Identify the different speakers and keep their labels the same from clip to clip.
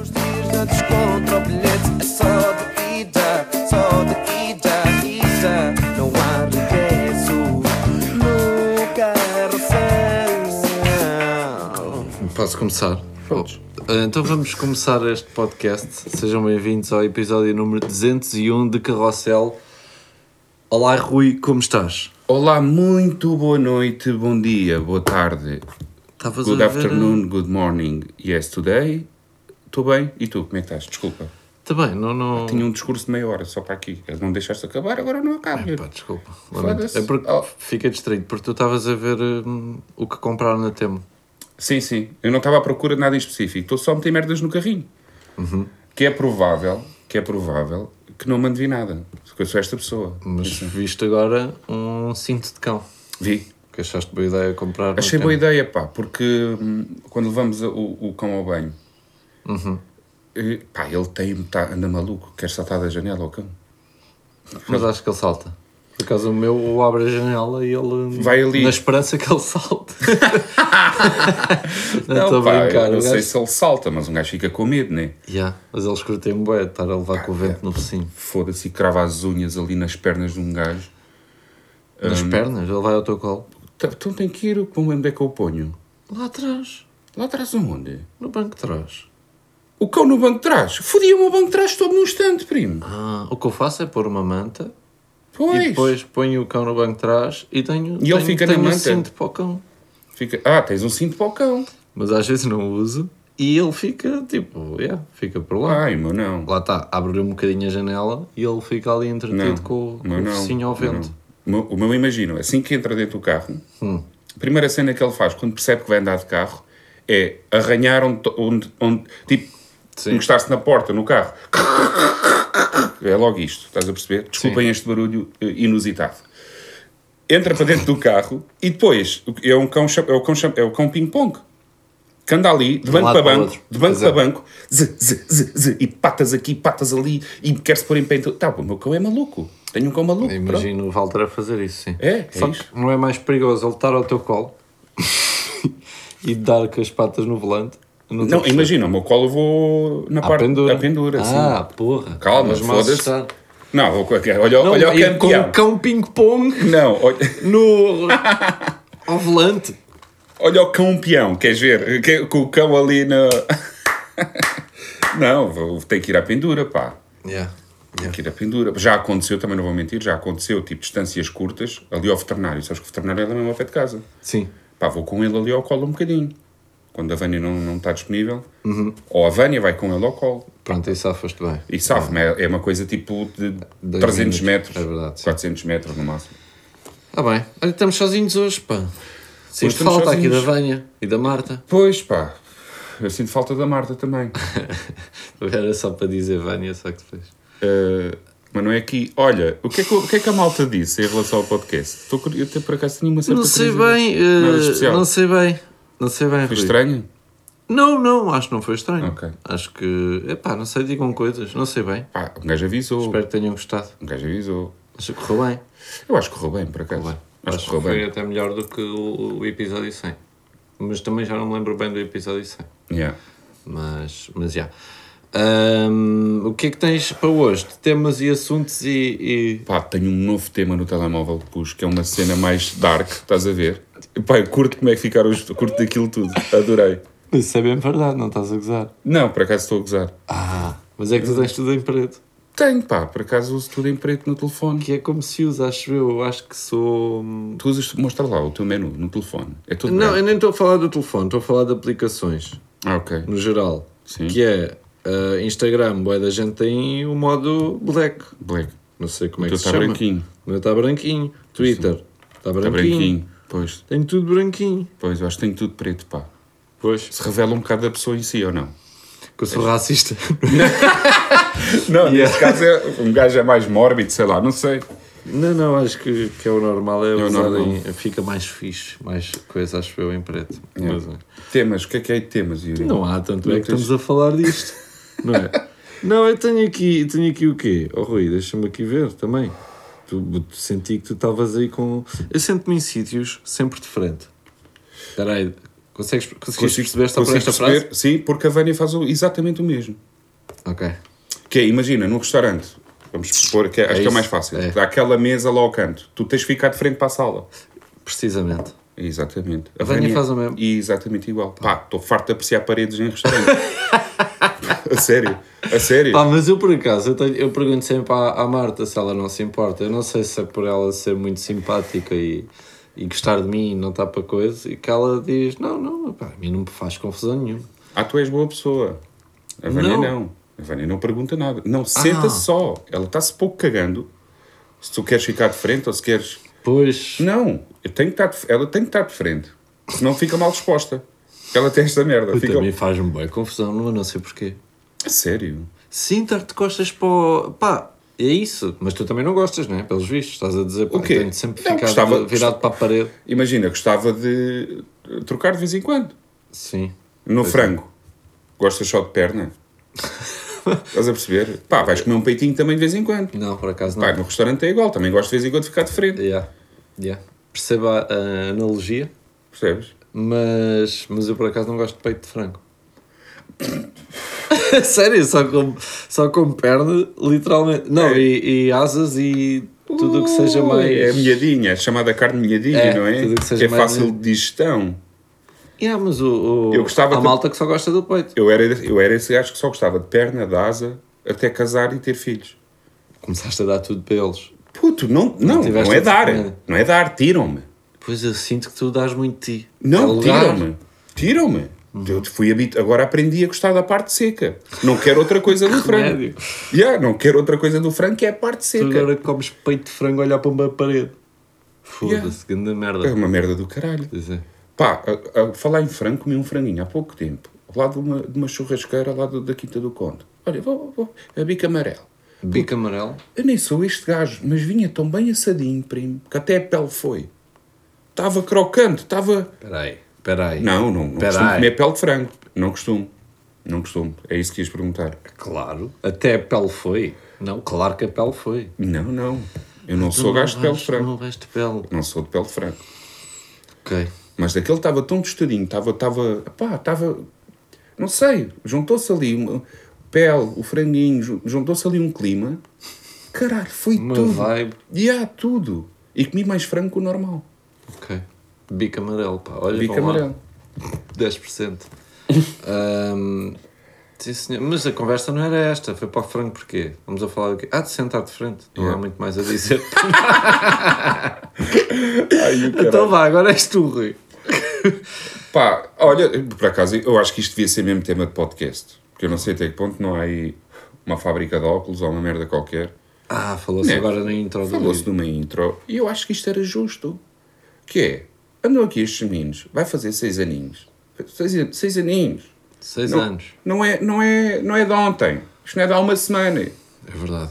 Speaker 1: os dias na descontra, o bilhete é só de ida, só de ida, ida. Não há regresso no carrossel.
Speaker 2: Posso começar?
Speaker 3: Podes.
Speaker 2: Oh, Então vamos começar este podcast. Sejam bem-vindos ao episódio número 201 de Carrossel. Olá Rui, como estás?
Speaker 3: Olá, muito boa noite, bom dia, boa tarde.
Speaker 2: Estavas
Speaker 3: Good
Speaker 2: a ver- eh,
Speaker 3: afternoon, good morning. Yes, today. Estou bem. E tu, como é que estás? Desculpa.
Speaker 2: Tá bem, não... não...
Speaker 3: Tinha um discurso de meia hora só para aqui. Não deixaste acabar, agora não acaba.
Speaker 2: Pá, desculpa. Lamento.
Speaker 3: Foda-se.
Speaker 2: É porque
Speaker 3: Oh.
Speaker 2: fiquei distraído, porque tu estavas a ver hum, o que compraram na Temo.
Speaker 3: Sim, sim. Eu não estava à procura de nada em específico. Estou só a meter merdas no carrinho.
Speaker 2: Uhum.
Speaker 3: Que é provável, que é provável que não mande vir nada. Porque eu sou esta pessoa.
Speaker 2: Mas viste agora um cinto de cão.
Speaker 3: Vi.
Speaker 2: Que achaste boa ideia comprar na
Speaker 3: Achei
Speaker 2: Temo.
Speaker 3: boa ideia, pá, porque hum, quando levamos o, o cão ao banho,
Speaker 2: Uhum.
Speaker 3: eh, pá, ele tem, tá, anda maluco, quer saltar da janela ao cão.
Speaker 2: Mas acho que ele salta. Por acaso o meu eu abro a janela e ele.
Speaker 3: Vai ali.
Speaker 2: Na esperança que ele salte. não
Speaker 3: Não,
Speaker 2: estou a
Speaker 3: pá,
Speaker 2: brincar.
Speaker 3: eu
Speaker 2: o
Speaker 3: não sei
Speaker 2: gajo-
Speaker 3: se ele salta, mas um gajo fica com medo, né?
Speaker 2: Yeah, mas ele escrutei-me bem, estar a levar com o
Speaker 3: é.
Speaker 2: vento no focinho.
Speaker 3: Foda-se, e crava as unhas ali nas pernas de um gajo. Hum.
Speaker 2: Nas pernas, ele vai ao teu colo.
Speaker 3: Tá, Então tem que ir, pô, onde é que eu o ponho?
Speaker 2: Lá atrás,
Speaker 3: Lá atrás aonde?
Speaker 2: no banco de trás.
Speaker 3: O cão no banco de trás. Fodia-me o banco de trás todo num instante, primo.
Speaker 2: Ah, o que eu faço é pôr uma manta
Speaker 3: Pois.
Speaker 2: e depois ponho o cão no banco de trás e tenho.
Speaker 3: E ele
Speaker 2: tenho-
Speaker 3: fica na
Speaker 2: tenho um
Speaker 3: manta?
Speaker 2: cinto para o cão.
Speaker 3: Fica... Ah, tens um cinto para o cão.
Speaker 2: Mas às vezes não uso e ele fica tipo, yeah, fica por lá.
Speaker 3: Ai, meu não.
Speaker 2: Lá está, abre um bocadinho a janela e ele fica ali entretido com, o- com
Speaker 3: meu
Speaker 2: o focinho ao
Speaker 3: meu
Speaker 2: vento.
Speaker 3: não. O meu- o meu imagino, assim que entra dentro do carro,
Speaker 2: Hum.
Speaker 3: a primeira cena que ele faz quando percebe que vai andar de carro é arranhar onde, onde, onde- tipo,
Speaker 2: Sim.
Speaker 3: encostar-se na porta, no carro. É logo isto, estás a perceber? Desculpem este barulho eh, inusitado. Entra para dentro do carro e depois o- é um cão, cha- é o cão, cha- é o cão ping-pong. Que anda ali, de banco
Speaker 2: um lado
Speaker 3: para
Speaker 2: para o
Speaker 3: banco,
Speaker 2: outro.
Speaker 3: de banco
Speaker 2: Pois
Speaker 3: para
Speaker 2: é.
Speaker 3: banco, z, z, z, z, e patas aqui, patas ali, e quer-se pôr em pé. em tudo. Tá, o meu cão é maluco. Tenho um cão maluco. pronto.
Speaker 2: Imagino o Walter a fazer isso, sim.
Speaker 3: É, é
Speaker 2: Só
Speaker 3: isso.
Speaker 2: que não é mais perigoso ele estar ao teu colo e dar com as patas no volante. No teu
Speaker 3: Não, imagina, o meu colo eu vou na
Speaker 2: à
Speaker 3: parte
Speaker 2: pendura.
Speaker 3: a pendura. sim.
Speaker 2: ah, porra.
Speaker 3: Calma,
Speaker 2: Mas mal
Speaker 3: foda-se.
Speaker 2: assustar.
Speaker 3: Não, vou, co- olha,
Speaker 2: Não,
Speaker 3: olha o
Speaker 2: e com
Speaker 3: campeão.
Speaker 2: o cão ping-pong
Speaker 3: Não, olha,
Speaker 2: no... ao volante.
Speaker 3: olha o cão peão, queres ver? Que- Com o cão ali na. Não, vou, tenho que ir à pendura, pá.
Speaker 2: Yeah.
Speaker 3: Tenho
Speaker 2: Yeah.
Speaker 3: que ir à pendura. Já aconteceu, também não vou mentir, já aconteceu, tipo, distâncias curtas, ali ao veterinário. Sabes que o veterinário é mesmo ao pé de casa.
Speaker 2: Sim.
Speaker 3: Pá, vou com ele ali ao colo um bocadinho. Quando a Vânia não, não está disponível.
Speaker 2: Uhum.
Speaker 3: Ou a Vânia vai com ele ao colo.
Speaker 2: Pronto, aí safas-te bem.
Speaker 3: E sabe, é uma coisa tipo de
Speaker 2: Dois
Speaker 3: 300
Speaker 2: minutos,
Speaker 3: metros,
Speaker 2: é verdade, sim.
Speaker 3: 400 metros no máximo.
Speaker 2: Ah bem, olha, estamos sozinhos hoje, pá. Sinto
Speaker 3: estamos
Speaker 2: falta aqui da
Speaker 3: sozinhos.
Speaker 2: Venha e da Marta.
Speaker 3: Pois pá, eu sinto falta da Marta também.
Speaker 2: Era só para dizer Vânia, só que depois.
Speaker 3: Eh, mas não é aqui. Olha, o que é que, o que é que a malta disse em relação ao podcast? Estou curi- eu até por acaso tinha uma certa
Speaker 2: Não sei
Speaker 3: curiosidade. é
Speaker 2: bem,
Speaker 3: Nada
Speaker 2: eh,
Speaker 3: especial.
Speaker 2: não sei bem, não sei bem.
Speaker 3: Foi
Speaker 2: Rui.
Speaker 3: estranho?
Speaker 2: Não, não, acho que não foi estranho.
Speaker 3: Ok.
Speaker 2: Acho que, epá, não sei, digam coisas, não sei bem.
Speaker 3: Pá, um gajo avisou.
Speaker 2: Espero que tenham gostado.
Speaker 3: Um gajo avisou.
Speaker 2: Acho que correu bem.
Speaker 3: Eu acho que correu bem, por acaso.
Speaker 2: Correu bem.
Speaker 3: Acho, que correu
Speaker 2: foi
Speaker 3: bem.
Speaker 2: até melhor do que o, o episódio 100. Mas também já não me lembro bem do episódio 100.
Speaker 3: Yeah.
Speaker 2: Mas, mas já. Ahm, o que é que tens para hoje? Temas e assuntos e. e-
Speaker 3: Pá, tenho um novo tema no telemóvel que pus, que é uma cena mais dark, estás a ver? Pá, eu curto como é que ficaram os. curto daquilo tudo. Adorei.
Speaker 2: Isso é bem verdade, não estás a gozar.
Speaker 3: Não, por acaso estou a gozar.
Speaker 2: Ah, mas é que tu tens tudo em preto.
Speaker 3: Tenho, pá, por acaso uso tudo em preto no telefone.
Speaker 2: Que é como se usa, acho eu. Eu Acho que sou. hum,
Speaker 3: Tu usas, mostra lá o teu menu no telefone. É tudo
Speaker 2: Não,
Speaker 3: branco.
Speaker 2: eu nem estou a falar do telefone, estou a falar de aplicações,
Speaker 3: Ah, ok.
Speaker 2: no geral.
Speaker 3: Sim.
Speaker 2: Que é ah, Instagram, boa da gente tem o modo black.
Speaker 3: Black.
Speaker 2: Não sei como é que
Speaker 3: teu
Speaker 2: se
Speaker 3: tá
Speaker 2: chama.
Speaker 3: branquinho.
Speaker 2: O meu está branquinho. Twitter, está branquinho.
Speaker 3: Está Tá branquinho. Pois,
Speaker 2: Tenho tudo branquinho.
Speaker 3: pois, eu acho que tenho tudo preto, pá.
Speaker 2: Pois.
Speaker 3: Se revela um bocado a pessoa em si ou não?
Speaker 2: Que eu sou racista.
Speaker 3: Não, nesse caso é, um gajo é mais mórbido, sei lá, não sei.
Speaker 2: não, não, acho que, que é o normal. É
Speaker 3: o
Speaker 2: usar
Speaker 3: normal.
Speaker 2: em- fica mais fixe, mais coisa, acho eu, em preto. Mas, é.
Speaker 3: Temas, o que é que é de temas, Yuri?
Speaker 2: Não há, tanto é
Speaker 3: Não
Speaker 2: que
Speaker 3: tens-
Speaker 2: estamos a falar disto, não é? Não, eu tenho aqui, tenho aqui o quê? Oh Rui, deixa-me aqui ver também. Tu, tu- senti que tu estavas aí com. Eu sento-me em sítios sempre de frente. Espera aí, Consegues, consegues perceber esta, por esta frase?
Speaker 3: Sim, porque a Vânia faz o- exatamente o mesmo.
Speaker 2: Ok.
Speaker 3: Que é, imagina, num restaurante, vamos pôr, que é- acho que é
Speaker 2: isso,
Speaker 3: o mais fácil,
Speaker 2: é.
Speaker 3: dá aquela mesa lá ao canto, tu tens de ficar de frente para a sala.
Speaker 2: Precisamente.
Speaker 3: Exatamente.
Speaker 2: A Vânia faz o mesmo.
Speaker 3: E exatamente igual. Pá, estou farto de apreciar paredes em restaurante. a sério, a sério.
Speaker 2: Pá, mas eu por acaso, eu, tenho- eu pergunto sempre à, à Marta se ela não se importa. Eu não sei se é por ela ser muito simpática e, e gostar de mim e não estar para coisa. E que ela diz: Não, não, pá, a mim não me faz confusão nenhuma.
Speaker 3: Ah, tu és boa pessoa. A Vânia
Speaker 2: Não. Ah.
Speaker 3: não. A Vânia não pergunta nada. Não, senta-se só. Ela está-se pouco cagando. Se tu queres ficar de frente ou se queres.
Speaker 2: Pois,
Speaker 3: Não, eu tenho que estar de- ela tem que estar de frente. Senão fica mal disposta. Ela tem esta merda.
Speaker 2: eu
Speaker 3: Fica...
Speaker 2: também faz-me bem confusão, não, não sei porquê.
Speaker 3: Sério?
Speaker 2: Sim, estar de costas para o... Pá, é isso. Mas tu também não gostas, não é? Pelos vistos, estás a dizer, pá,
Speaker 3: O quê?
Speaker 2: tenho de sempre
Speaker 3: Não,
Speaker 2: ficar
Speaker 3: gostava-
Speaker 2: virado para a parede.
Speaker 3: Imagina, gostava de trocar de vez em quando.
Speaker 2: Sim.
Speaker 3: No frango. Gostas só de perna? Estás a perceber? Pá, vais comer um peitinho também de vez em quando.
Speaker 2: Não, por acaso não.
Speaker 3: Pá, no restaurante é igual. Também gosto de vez em quando de ficar de frente.
Speaker 2: Yeah. Yeah. Perceba a- a analogia,
Speaker 3: Percebes?
Speaker 2: mas, mas eu por acaso não gosto de peito de frango. Sério, só com, só com perna, literalmente. Não,
Speaker 3: É.
Speaker 2: e, e asas e tudo o que seja
Speaker 3: Ui,
Speaker 2: mais.
Speaker 3: É milhadinha, é chamada carne milhadinha,
Speaker 2: É,
Speaker 3: não é?
Speaker 2: tudo o que seja
Speaker 3: é
Speaker 2: mais
Speaker 3: fácil
Speaker 2: milho.
Speaker 3: de digestão.
Speaker 2: Yeah, mas o, o-
Speaker 3: Eu gostava
Speaker 2: há
Speaker 3: de-
Speaker 2: malta que só gosta do peito.
Speaker 3: Eu era, eu era esse gajo que só gostava de perna, de asa, até casar e ter filhos.
Speaker 2: Começaste a dar tudo para eles.
Speaker 3: Puto, não, não, não,
Speaker 2: tiveste
Speaker 3: é
Speaker 2: essa
Speaker 3: dar.
Speaker 2: comida.
Speaker 3: Não é dar, tiram-me.
Speaker 2: Pois eu sinto que tu dás muito de ti. É
Speaker 3: Não,
Speaker 2: lugar.
Speaker 3: tiram-me. Tiram-me. Eu te fui habit... Agora aprendi a gostar da parte seca. Não quero outra coisa do frango.
Speaker 2: remédio.
Speaker 3: Yeah, não quero outra coisa do frango que é a parte
Speaker 2: Tu
Speaker 3: seca.
Speaker 2: agora comes peito de frango a olhar para uma parede. Foda-se, grande
Speaker 3: É
Speaker 2: merda.
Speaker 3: uma merda do caralho.
Speaker 2: Pois é.
Speaker 3: Pá, a, a falar em frango, comi um franguinho há pouco tempo, ao lado de uma, de uma churrasqueira, ao lado da Quinta do Conde. Olha, vou, vou, a bica amarela.
Speaker 2: Bico amarelo.
Speaker 3: Eu nem sou este gajo, mas vinha tão bem assadinho, primo, que até a pele foi. Estava crocante, estava.
Speaker 2: Peraí, peraí.
Speaker 3: Não, não, não costumo
Speaker 2: Peraí.
Speaker 3: comer pele de frango. Não costumo. Não costumo. É isso que ias perguntar.
Speaker 2: Claro. Até a pele foi. Não, claro que a pele foi.
Speaker 3: Não, não. Eu não
Speaker 2: Tu
Speaker 3: sou
Speaker 2: não
Speaker 3: gajo de pele de
Speaker 2: vais-
Speaker 3: frango.
Speaker 2: Não vais de pele.
Speaker 3: Não sou de pele de frango.
Speaker 2: Ok.
Speaker 3: Mas daquele estava tão tostadinho, estava, estava, pá, estava, não sei, juntou-se ali uma pele, o franguinho, ju- juntou-se ali um clima. Caralho, foi
Speaker 2: Uma
Speaker 3: tudo.
Speaker 2: vibe.
Speaker 3: E há tudo. E comi mais frango que o normal.
Speaker 2: Ok. Bico amarelo, pá. Olha
Speaker 3: Bico
Speaker 2: para lá.
Speaker 3: amarelo.
Speaker 2: 10%. Ahm, sim, senhor. Mas a conversa não era esta. Foi para o frango porquê? Vamos a falar do quê? Ah, de sentar de frente. Não
Speaker 3: é?
Speaker 2: há muito mais a dizer.
Speaker 3: Ai, o caralho.
Speaker 2: então vá, agora és tu, Rui.
Speaker 3: Pá, olha, por acaso, eu acho que isto devia ser mesmo tema de podcast. Porque eu não sei até que ponto não há aí uma fábrica de óculos ou uma merda qualquer.
Speaker 2: Ah, falou-se
Speaker 3: Né?
Speaker 2: agora na intro do
Speaker 3: Falou-se
Speaker 2: livro.
Speaker 3: de uma intro e eu acho que isto era justo. Que é, andam aqui estes meninos, vai fazer seis aninhos. Seis, an- seis aninhos.
Speaker 2: Seis
Speaker 3: Não,
Speaker 2: anos.
Speaker 3: Não é, não, é, não é de ontem. Isto não é de há uma semana.
Speaker 2: É verdade.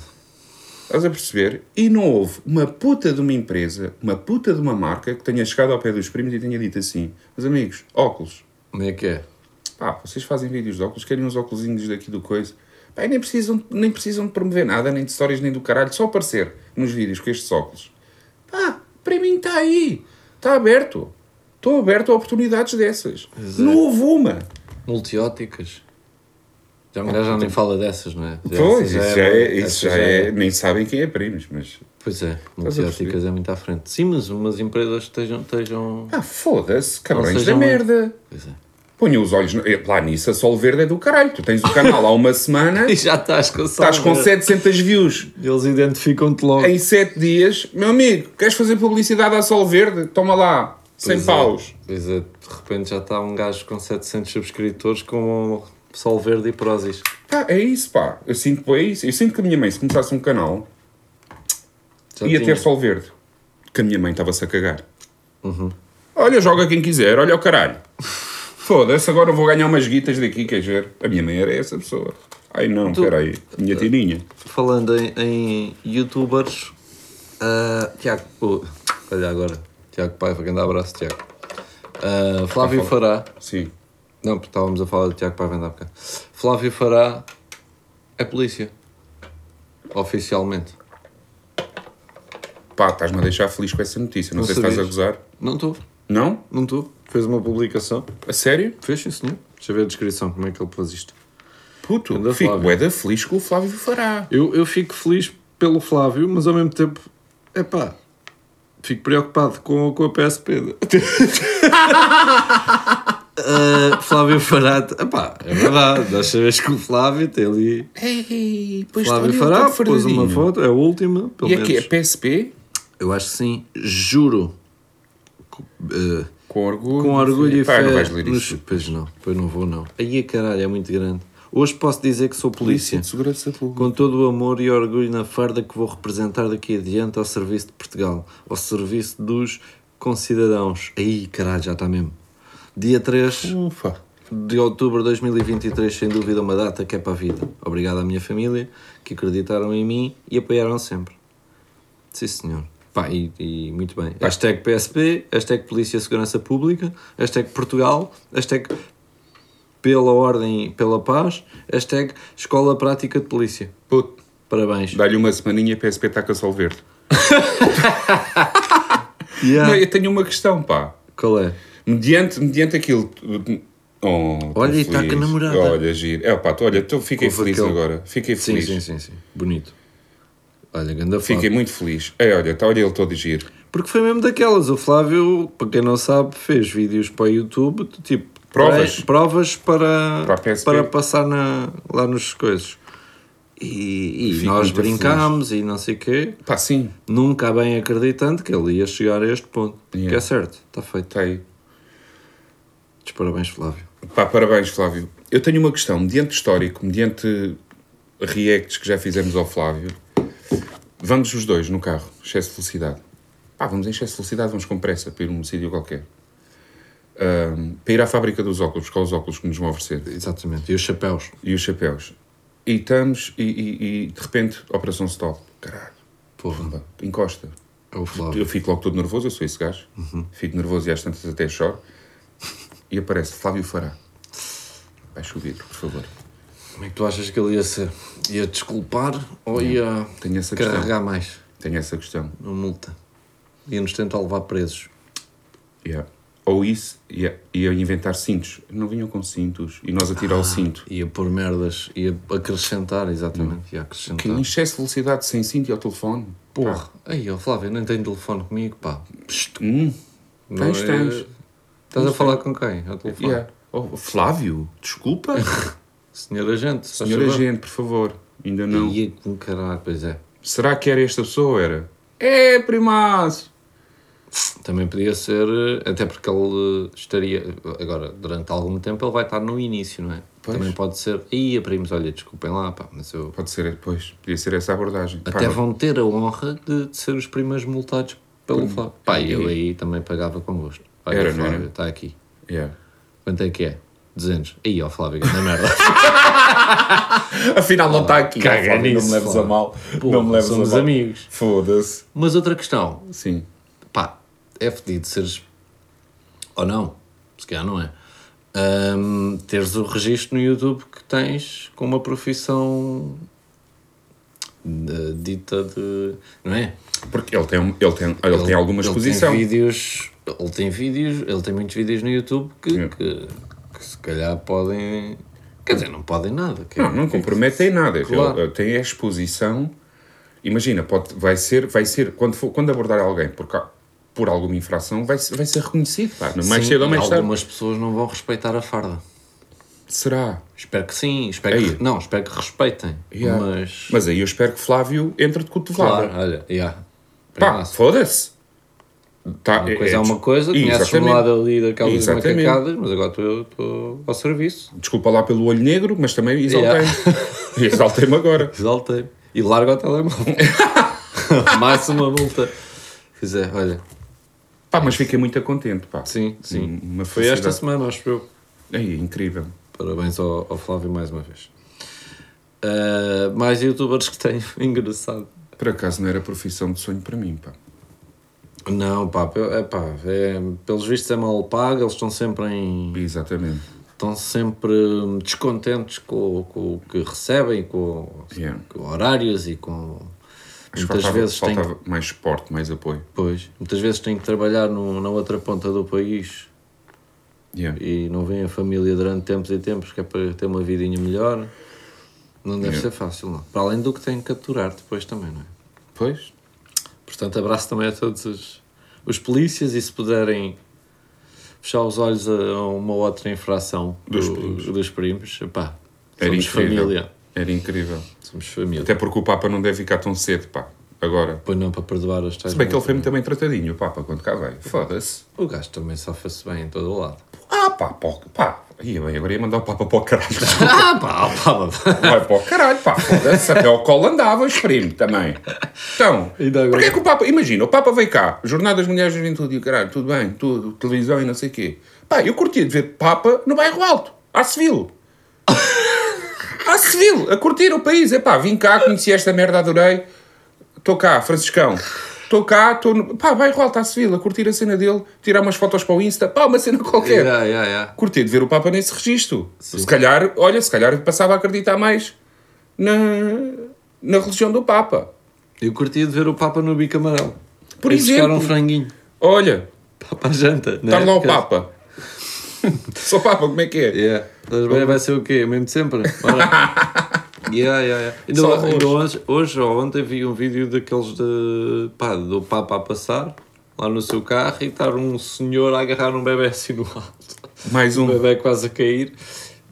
Speaker 3: Estás a perceber? E não houve uma puta de uma empresa, uma puta de uma marca que tenha chegado ao pé dos primos e tenha dito assim: meus amigos, óculos.
Speaker 2: Como é que é?
Speaker 3: Pá, vocês fazem vídeos de óculos, querem uns óculosinhos daqui do coisa. Pá, e nem precisam, nem precisam de promover nada, nem de histórias, nem do caralho, só aparecer nos vídeos com estes óculos. Pá, para mim está aí. Está aberto. Estou aberto a oportunidades dessas. Não houve uma.
Speaker 2: Multióticas. Já a mulher já nem fala dessas, não é? Já-
Speaker 3: pois,
Speaker 2: essa
Speaker 3: isso já é, isso
Speaker 2: essa
Speaker 3: já é- Nem sabem quem é primos, mas.
Speaker 2: Pois é,
Speaker 3: a
Speaker 2: multióticas
Speaker 3: perceber?
Speaker 2: é muito à frente. Sim, mas umas empresas estejam. estejam...
Speaker 3: Ah, foda-se, cabrões da
Speaker 2: sejam-
Speaker 3: merda.
Speaker 2: Pois é.
Speaker 3: Ponham os olhos. no- eh, Lá nisso, a Sol Verde é do caralho. Tu tens o canal há uma semana,
Speaker 2: E já estás com
Speaker 3: estás com
Speaker 2: sete
Speaker 3: 700 views.
Speaker 2: Eles identificam-te logo.
Speaker 3: em 7 dias, meu amigo, queres fazer publicidade à Sol Verde? Toma lá, 100
Speaker 2: Pois é.
Speaker 3: paus.
Speaker 2: Pois é, de repente já está um gajo com 700 subscritores com o Sol Verde e Prozis.
Speaker 3: Pá, é isso, pá. Eu sinto que é isso. Eu sinto que a minha mãe, se começasse um canal,
Speaker 2: Já
Speaker 3: ia
Speaker 2: tinha.
Speaker 3: ter Sol Verde. Que a minha mãe estava-se a cagar.
Speaker 2: Uhum.
Speaker 3: Olha, joga quem quiser, olha o caralho. Foda-se, agora eu vou ganhar umas guitas daqui, queres ver? A minha mãe era essa pessoa. Ai não, peraí, minha tininha.
Speaker 2: Falando em, em youtubers, ah, Tiago. oh, olha agora, Tiago Paiva, grande abraço, Tiago. Ah, Flávio Fará.
Speaker 3: Sim.
Speaker 2: Não, porque estávamos a falar do Tiago Paiva ainda há bocado. Flávio Fará é polícia. Oficialmente.
Speaker 3: Pá, estás-me a deixar feliz com essa notícia. Não,
Speaker 2: Não
Speaker 3: sei se estás a
Speaker 2: sabias.
Speaker 3: gozar.
Speaker 2: Não estou.
Speaker 3: Não?
Speaker 2: Não tu? Fez uma publicação.
Speaker 3: A sério?
Speaker 2: Fez, sim, senhor. Deixa eu ver a descrição, como é que ele pôs isto.
Speaker 3: Puto,
Speaker 2: Anda,
Speaker 3: fico
Speaker 2: Flávio.
Speaker 3: bué da feliz que o Flávio fará.
Speaker 2: Eu, eu fico feliz pelo Flávio, mas ao mesmo tempo, é pá, fico preocupado com, com a PSP. Ah, Flávio Farato, epá, é verdade, nós sabemos que o Flávio tem ali.
Speaker 3: Ei, pois
Speaker 2: Flávio
Speaker 3: está ali o
Speaker 2: Farato
Speaker 3: Dr.
Speaker 2: pôs uma
Speaker 3: Fernandinho.
Speaker 2: foto, é a última, pelo
Speaker 3: um E é
Speaker 2: menos.
Speaker 3: que é PSP?
Speaker 2: Eu acho que sim, juro. Co- eh,
Speaker 3: Com orgulho. É,
Speaker 2: com orgulho e
Speaker 3: Pá,
Speaker 2: fé.
Speaker 3: não vais ler
Speaker 2: nos-
Speaker 3: isso.
Speaker 2: Pois não, pois não vou não. Aí a caralho, é muito grande. Hoje posso dizer que sou polícia.
Speaker 3: De segurança pública.
Speaker 2: Com todo o amor e orgulho na farda que vou representar daqui adiante ao serviço de Portugal, ao serviço dos concidadãos. Aí, caralho, já está mesmo. Dia 3
Speaker 3: Ufa.
Speaker 2: de outubro de 2023, sem dúvida, uma data que é para a vida. Obrigado à minha família que acreditaram em mim e apoiaram sempre. Sim, senhor. Pá, e, e muito bem. Hashtag PSP, hashtag Polícia e Segurança Pública, hashtag Portugal, hashtag Pela Ordem e Pela Paz, hashtag Escola Prática de Polícia.
Speaker 3: Puto,
Speaker 2: Parabéns.
Speaker 3: dá-lhe uma semaninha e a PSP está tá com sol verde.
Speaker 2: Yeah.
Speaker 3: Não, eu tenho uma questão, pá.
Speaker 2: Qual é?
Speaker 3: Mediante, mediante aquilo. Oh, tô
Speaker 2: Olha, e tá
Speaker 3: feliz.
Speaker 2: com a namorada.
Speaker 3: Olha, giro. É, pá, tô- olha, tô, fiquei
Speaker 2: Houve
Speaker 3: feliz
Speaker 2: aquele-
Speaker 3: agora. Fiquei
Speaker 2: Sim,
Speaker 3: feliz.
Speaker 2: sim, sim, sim. Bonito. Olha, ganda
Speaker 3: Fiquei
Speaker 2: Flávio.
Speaker 3: muito feliz. É, olha, tá, olha ele todo giro.
Speaker 2: Porque foi mesmo daquelas. O Flávio, para quem não sabe, fez vídeos para o YouTube, do tipo...
Speaker 3: Provas.
Speaker 2: para- provas para,
Speaker 3: Para a PSP.
Speaker 2: para passar na, lá nos coisas. E, e
Speaker 3: Fico
Speaker 2: nós
Speaker 3: muito
Speaker 2: brincámos e não sei o quê.
Speaker 3: Pá, sim.
Speaker 2: Nunca bem acreditando que ele ia chegar a este ponto.
Speaker 3: Yeah. Tá.
Speaker 2: Que é certo. Está feito.
Speaker 3: Está aí.
Speaker 2: Os Parabéns, Flávio.
Speaker 3: Pá, parabéns, Flávio. Eu tenho uma questão, mediante histórico, mediante reacts que já fizemos ao Flávio, vamos os dois no carro, excesso de velocidade. Pá, vamos em excesso de velocidade, vamos com pressa para ir a um sítio qualquer. Ahm, para ir à fábrica dos óculos, com os óculos que nos vão oferecer
Speaker 2: Exatamente. E os chapéus.
Speaker 3: e os chapéus. E estamos, e, e- e, de repente, Operação Stop. Caralho,
Speaker 2: Porra,
Speaker 3: pá, encosta.
Speaker 2: é o Flávio.
Speaker 3: Eu fico logo todo nervoso, eu sou esse gajo.
Speaker 2: Uhum.
Speaker 3: Fico nervoso e às tantas até choro. E aparece Flávio Fará. Vai chover, por favor.
Speaker 2: Como é que tu achas que ele ia ser? Ia desculpar ou ia
Speaker 3: Tenho essa questão.
Speaker 2: carregar mais
Speaker 3: Tenho essa questão.
Speaker 2: na multa? Ia nos tentar levar presos.
Speaker 3: Yeah. Ou isso, yeah. e eu inventar cintos. Não vinham com cintos. E nós a tirar
Speaker 2: Ah,
Speaker 3: o cinto.
Speaker 2: Ia pôr merdas, ia acrescentar,
Speaker 3: Hum.
Speaker 2: exatamente. Ia acrescentar.
Speaker 3: Que em excesso de velocidade sem cinto e ao telefone.
Speaker 2: então. Porra, aí ó Flávio, nem tenho telefone comigo, pá. Psst,
Speaker 3: Hum.
Speaker 2: não é?
Speaker 3: Tens, tens.
Speaker 2: Estás a falar com quem? Ao telefone.
Speaker 3: Yeah. Oh, Flávio, desculpa.
Speaker 2: Senhor agente, se faz
Speaker 3: Senhor
Speaker 2: favor.
Speaker 3: agente, por favor. Ainda não.
Speaker 2: Ia com caralho, pois é.
Speaker 3: Será que era esta pessoa? Era? É, primaço.
Speaker 2: Também podia ser, eh, até porque ele eh, estaria, agora, durante algum tempo ele vai estar no início, não é?
Speaker 3: Pois.
Speaker 2: Também pode ser, aí primos, olha, desculpem lá, pá, mas eu
Speaker 3: Pode ser, pois. Podia ser essa abordagem.
Speaker 2: Até
Speaker 3: Pá,
Speaker 2: vão ter a honra de, de ser os primeiros multados pelo Flávio. Pá, eu aí também pagava com gosto. Olha,
Speaker 3: Era, não era?
Speaker 2: Flávio, está aqui.
Speaker 3: yeah.
Speaker 2: Quanto é que é? 200. Aí, ó Flávio, na merda.
Speaker 3: Afinal, não está aqui.
Speaker 2: Caga
Speaker 3: Flávio,
Speaker 2: nisso,
Speaker 3: não me leves a
Speaker 2: Flávio.
Speaker 3: mal.
Speaker 2: Porra,
Speaker 3: não me leves
Speaker 2: somos
Speaker 3: a mal.
Speaker 2: amigos.
Speaker 3: Foda-se.
Speaker 2: Mas outra questão.
Speaker 3: Sim.
Speaker 2: Pá, é fedido seres... Ou não. Se calhar não é. Ahm, teres o registro no YouTube que tens com uma profissão... de- dita de... Não é?
Speaker 3: Porque ele tem, um- ele tem, ele tem alguma
Speaker 2: ele
Speaker 3: exposição.
Speaker 2: Tem vídeos, ele tem vídeos, ele tem muitos vídeos no YouTube que,
Speaker 3: Sim.
Speaker 2: que, que se calhar podem. Quer dizer, não podem nada. que-
Speaker 3: Não, não comprometem nada.
Speaker 2: Claro.
Speaker 3: Ele, eh, tem a exposição. Imagina, pode, vai ser, vai ser quando, for, quando abordar alguém por, ca- por alguma infração, vai, ser- vai ser reconhecido. Pá, mais
Speaker 2: Sim,
Speaker 3: cedo ou mais tarde.
Speaker 2: Algumas pessoas não vão respeitar a farda.
Speaker 3: Será?
Speaker 2: Espero que sim, espero
Speaker 3: Aí.
Speaker 2: que, não, espero que respeitem.
Speaker 3: É Yeah.
Speaker 2: Mas,
Speaker 3: Mas aí eu espero que Flávio entre de
Speaker 2: claro,
Speaker 3: cotovelada.
Speaker 2: olha, yeah. Ah,
Speaker 3: Pá, foda-se. Tá,
Speaker 2: uma coisa é uma coisa, conheces o
Speaker 3: Exatamente.
Speaker 2: lado ali daquelas
Speaker 3: Exatamente.
Speaker 2: macacadas, mas agora estou- estou ao serviço.
Speaker 3: Desculpa lá pelo olho negro, mas também exaltei-me. Exaltei-me agora.
Speaker 2: Exaltei. E largo o telemóvel. Mais uma multa. Quer dizer, olha,
Speaker 3: Pá, mas fiquei muito contente, pá.
Speaker 2: Sim, sim.
Speaker 3: Uma
Speaker 2: Foi esta
Speaker 3: felicidade.
Speaker 2: semana, acho eu.
Speaker 3: Aí, incrível.
Speaker 2: Parabéns ao, ao Flávio mais uma vez. Ah, mais youtubers que tenho, engraçado.
Speaker 3: Por acaso não era profissão de sonho para mim, pá.
Speaker 2: Não, pá, pe- é pá, é, pelos vistos é mal pago, eles estão sempre em.
Speaker 3: Exatamente.
Speaker 2: estão sempre hum, descontentes com, o- com o que recebem, com,
Speaker 3: Yeah.
Speaker 2: com horários e com.
Speaker 3: Acho que
Speaker 2: Muitas
Speaker 3: faltava,
Speaker 2: vezes tem-
Speaker 3: faltava mais suporte, mais apoio.
Speaker 2: Pois, muitas vezes têm que trabalhar no- na outra ponta do país
Speaker 3: Yeah.
Speaker 2: e não vêm a família durante tempos e tempos, que é para ter uma vidinha melhor. Não deve
Speaker 3: Yeah.
Speaker 2: ser fácil, não. Para além do que têm que aturar depois também, não é?
Speaker 3: Pois,
Speaker 2: Portanto, abraço também a todos os, os polícias e se puderem fechar os olhos a a uma outra infração
Speaker 3: Dos
Speaker 2: do-
Speaker 3: primos.
Speaker 2: dos primos, epá,
Speaker 3: era
Speaker 2: somos
Speaker 3: incrível.
Speaker 2: família.
Speaker 3: Era incrível.
Speaker 2: Somos família.
Speaker 3: Até porque o Papa não deve ficar tão cedo, pá. Agora.
Speaker 2: Pois não, para perdoar as tais
Speaker 3: Se bem que ele
Speaker 2: multas.
Speaker 3: foi muito bem tratadinho, o Papa, quando cá veio. Foda-se.
Speaker 2: O gajo também sofre-se bem em todo o lado.
Speaker 3: Ah, pá, pá, pá. Ia bem, agora ia mandar o Papa para o caralho.
Speaker 2: Ah, pá, pá, pá.
Speaker 3: Vai para o caralho, pá. Foda-se. Até ao colo andava, exprime também. Então,
Speaker 2: Ainda agora-
Speaker 3: porque é que o Papa. Imagina, o Papa veio cá, Jornada das Mulheres da Juventude, e o caralho, tudo bem, tudo, televisão e não sei o quê. Pá, eu curtia de ver Papa no bairro Alto, à Civil. à Civil, a curtir o país. É pá, vim cá, conheci esta merda, adorei. Estou cá, Franciscão. Estou cá, estou no. Pá, bairro Alto, à Civil, a curtir a cena dele, tirar umas fotos para o Insta, pá, uma cena qualquer
Speaker 2: Yeah, yeah, yeah.
Speaker 3: curti de ver o Papa nesse registro. Se calhar, olha, se calhar passava a acreditar mais na, na religião do Papa.
Speaker 2: Eu curtia de ver o Papa no bico amarelo.
Speaker 3: Por
Speaker 2: Ir buscar
Speaker 3: exemplo.
Speaker 2: um franguinho.
Speaker 3: Olha,
Speaker 2: Papa à janta. não é?
Speaker 3: está lá o
Speaker 2: Porque-
Speaker 3: Papa. Sou Papa, como é que é?
Speaker 2: Yeah. Estás bem? Vai ser o quê? Mesmo de sempre? Ora. yeah, yeah, yeah. Ainda,
Speaker 3: Só
Speaker 2: ainda
Speaker 3: arroz.
Speaker 2: hoje, hoje ou ontem vi um vídeo daqueles de, pá, do Papa a passar lá no seu carro e estar um senhor a agarrar um bebê assim no alto.
Speaker 3: Mais
Speaker 2: O
Speaker 3: um.
Speaker 2: bebê quase a cair.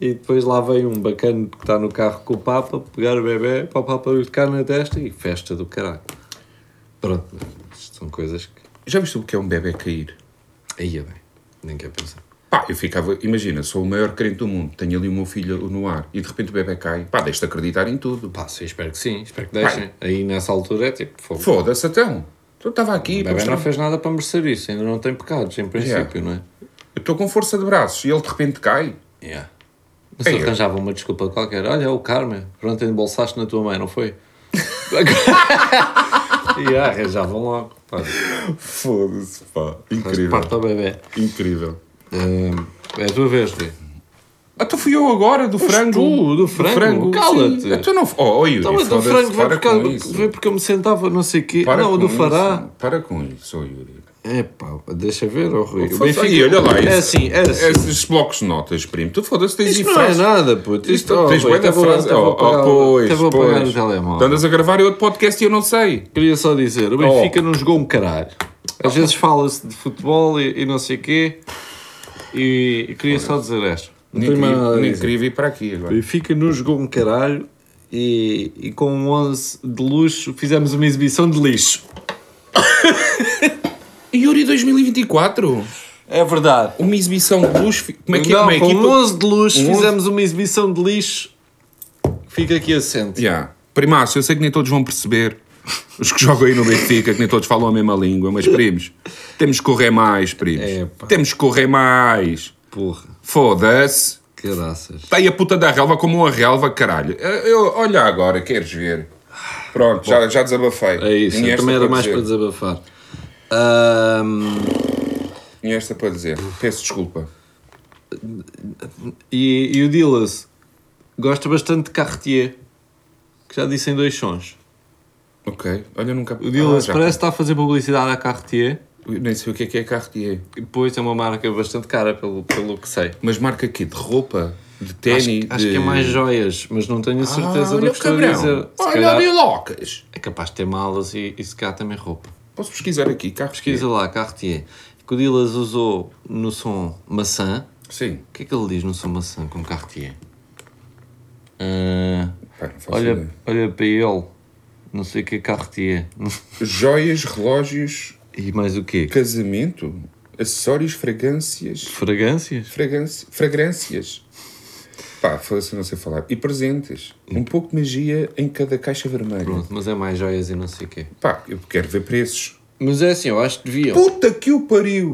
Speaker 2: E depois lá vem um bacana que está no carro com o Papa, pegar o bebê, para o Papa lhe tocar na testa e festa do caralho. Pronto, isto são coisas que.
Speaker 3: Já viste o que é um bebê cair?
Speaker 2: Aí é bem, nem quer pensar.
Speaker 3: Pá, eu ficava, imagina, sou o maior crente do mundo, tenho ali o meu filho no ar e de repente o bebê cai. Pá, deixa-te acreditar em tudo.
Speaker 2: Pá, sim, espero que sim, espero que deixem.
Speaker 3: Vai.
Speaker 2: Aí nessa altura é tipo, fogo.
Speaker 3: Foda-se, então. Eu estava aqui.
Speaker 2: O
Speaker 3: para
Speaker 2: bebê não
Speaker 3: mostrar-
Speaker 2: fez nada para merecer isso, ainda não tem pecados, em princípio, não é?
Speaker 3: Eu estou com força de braços e ele de repente cai.
Speaker 2: Yeah. Mas se
Speaker 3: É, eu-
Speaker 2: arranjava uma desculpa qualquer. Olha, é o karma. Pronto, embolsaste na tua mãe, não foi? e yeah, arranjavam logo. Pá,
Speaker 3: Foda-se, pá.
Speaker 2: faz parte ao bebê.
Speaker 3: Incrível.
Speaker 2: Hum, é a tua vez, Rui.
Speaker 3: Ah, tu fui eu agora, do frango.
Speaker 2: tu, do frango? Cala-te.
Speaker 3: Sim. Ah, Tu não... Oh, oh, Yuri,
Speaker 2: Então, mas do
Speaker 3: foda-se,
Speaker 2: frango vai
Speaker 3: para
Speaker 2: porque,
Speaker 3: com isso.
Speaker 2: vai porque eu me sentava, não sei o quê.
Speaker 3: Para
Speaker 2: não, o
Speaker 3: com
Speaker 2: do
Speaker 3: isso.
Speaker 2: fará.
Speaker 3: Para com isso, oh, Yuri.
Speaker 2: É pá, deixa ver, oh, Rui. O
Speaker 3: Foda-se, aí, olha lá,
Speaker 2: É
Speaker 3: esse-
Speaker 2: assim, é assim.
Speaker 3: Esses blocos de notas, primo. Tu foda-se, tens
Speaker 2: Isto
Speaker 3: aí
Speaker 2: não é
Speaker 3: frases.
Speaker 2: nada, puto. Isto
Speaker 3: Isto, tens
Speaker 2: oh, Rui,
Speaker 3: bué da
Speaker 2: até vou-
Speaker 3: frase.
Speaker 2: até vou
Speaker 3: Oh,
Speaker 2: apagar-
Speaker 3: oh, pois,
Speaker 2: até vou apagar
Speaker 3: pois. Então,
Speaker 2: o telemóvel.
Speaker 3: Tu Andas a gravar outro podcast e eu não sei.
Speaker 2: Queria só dizer, o Benfica não jogou um caralho. Às vezes fala-se de futebol e, e não sei o quê. E, e queria só dizer esta. Não
Speaker 3: Nem
Speaker 2: tenho mais nada
Speaker 3: queria,
Speaker 2: a
Speaker 3: nem
Speaker 2: dizer.
Speaker 3: queria vir para aqui agora.
Speaker 2: Benfica não jogou um caralho e, e com um 11 de luxo fizemos uma exibição de lixo.
Speaker 3: Yuri 2024?
Speaker 2: É verdade.
Speaker 3: Uma exibição de luz. fi- Como é que é
Speaker 2: não,
Speaker 3: uma
Speaker 2: com
Speaker 3: equipa?
Speaker 2: um 11 de luxo
Speaker 3: Um 11?
Speaker 2: fizemos uma exibição de lixo. Fica aqui assente.
Speaker 3: Yeah. Primaço, eu sei que nem todos vão perceber. Os que jogam aí no Benfica, que nem todos falam a mesma língua, mas primos, temos que correr mais, primos.
Speaker 2: Epá.
Speaker 3: Temos que correr mais.
Speaker 2: Porra,
Speaker 3: Foda-se.
Speaker 2: caraças.
Speaker 3: Está aí a puta da relva como uma relva, caralho. Eu- eu- olha agora, queres ver? Pronto, já, já desabafei.
Speaker 2: É isso,
Speaker 3: Tinha
Speaker 2: eu
Speaker 3: esta
Speaker 2: também era mais para
Speaker 3: dizer.
Speaker 2: desabafar. Ahm,
Speaker 3: Tinha esta para dizer. Peço desculpa.
Speaker 2: E, e o Dillas gosta bastante de Cartier, que já disse em dois sons.
Speaker 3: Ok, olha, nunca. Ah,
Speaker 2: O Dillas
Speaker 3: já-
Speaker 2: parece que está a fazer publicidade à Cartier,
Speaker 3: Eu Nem sei o que é que é Cartier.
Speaker 2: e depois é uma marca bastante cara, pelo, pelo que sei.
Speaker 3: Mas marca aqui de roupa, de
Speaker 2: Acho,
Speaker 3: ténis.
Speaker 2: acho que é
Speaker 3: de-
Speaker 2: mais joias, mas não tenho a
Speaker 3: Ah,
Speaker 2: certeza
Speaker 3: olha
Speaker 2: do
Speaker 3: o
Speaker 2: que estou a
Speaker 3: cabrão.
Speaker 2: dizer. Se
Speaker 3: Olha,
Speaker 2: calhar
Speaker 3: ali locas.
Speaker 2: é capaz de ter malas e, e se calhar também roupa.
Speaker 3: Posso pesquisar aqui, carros
Speaker 2: Pesquisa lá, Cartier. Que o Dillas usou no som maçã.
Speaker 3: Sim.
Speaker 2: O que é que ele diz no som maçã com Cartier? Ah,
Speaker 3: Pá, não faço
Speaker 2: olha,
Speaker 3: ideia.
Speaker 2: olha para ele, não sei o que é Cartier.
Speaker 3: Joias, relógios,
Speaker 2: E mais o quê?
Speaker 3: casamento, acessórios, fragrâncias.
Speaker 2: Fragrâncias?
Speaker 3: Fragrância, fragrâncias. Pá, foda-se, não sei falar. E presentes. Um pouco de magia em cada caixa vermelha.
Speaker 2: Pronto, mas é mais joias e não sei o quê.
Speaker 3: Pá, eu quero ver preços.
Speaker 2: Mas é assim, eu acho que deviam.
Speaker 3: Puta que o pariu!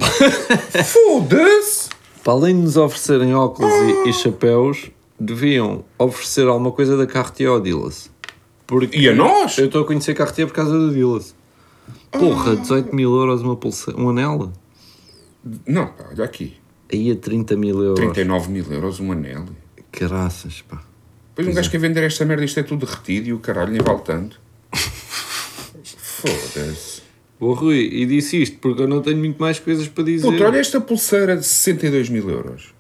Speaker 3: Foda-se!
Speaker 2: Para além de nos oferecerem óculos e, e chapéus, deviam oferecer alguma coisa da Cartier ao Dillas. Porque
Speaker 3: E a nós?
Speaker 2: Eu estou a conhecer Cartier por causa do Dillas. Porra, 18 mil euros uma pulseira, um anel?
Speaker 3: Não, pá, olha aqui.
Speaker 2: Aí a 30 mil euros.
Speaker 3: 39 mil euros um anel.
Speaker 2: Caraças, pá.
Speaker 3: é Depois um gajo quer vender esta merda, isto é tudo derretido e o caralho nem vale tanto. Foda-se.
Speaker 2: O Rui, e disse isto porque eu não tenho muito mais coisas para dizer.
Speaker 3: Puta, olha esta pulseira de 62 mil euros.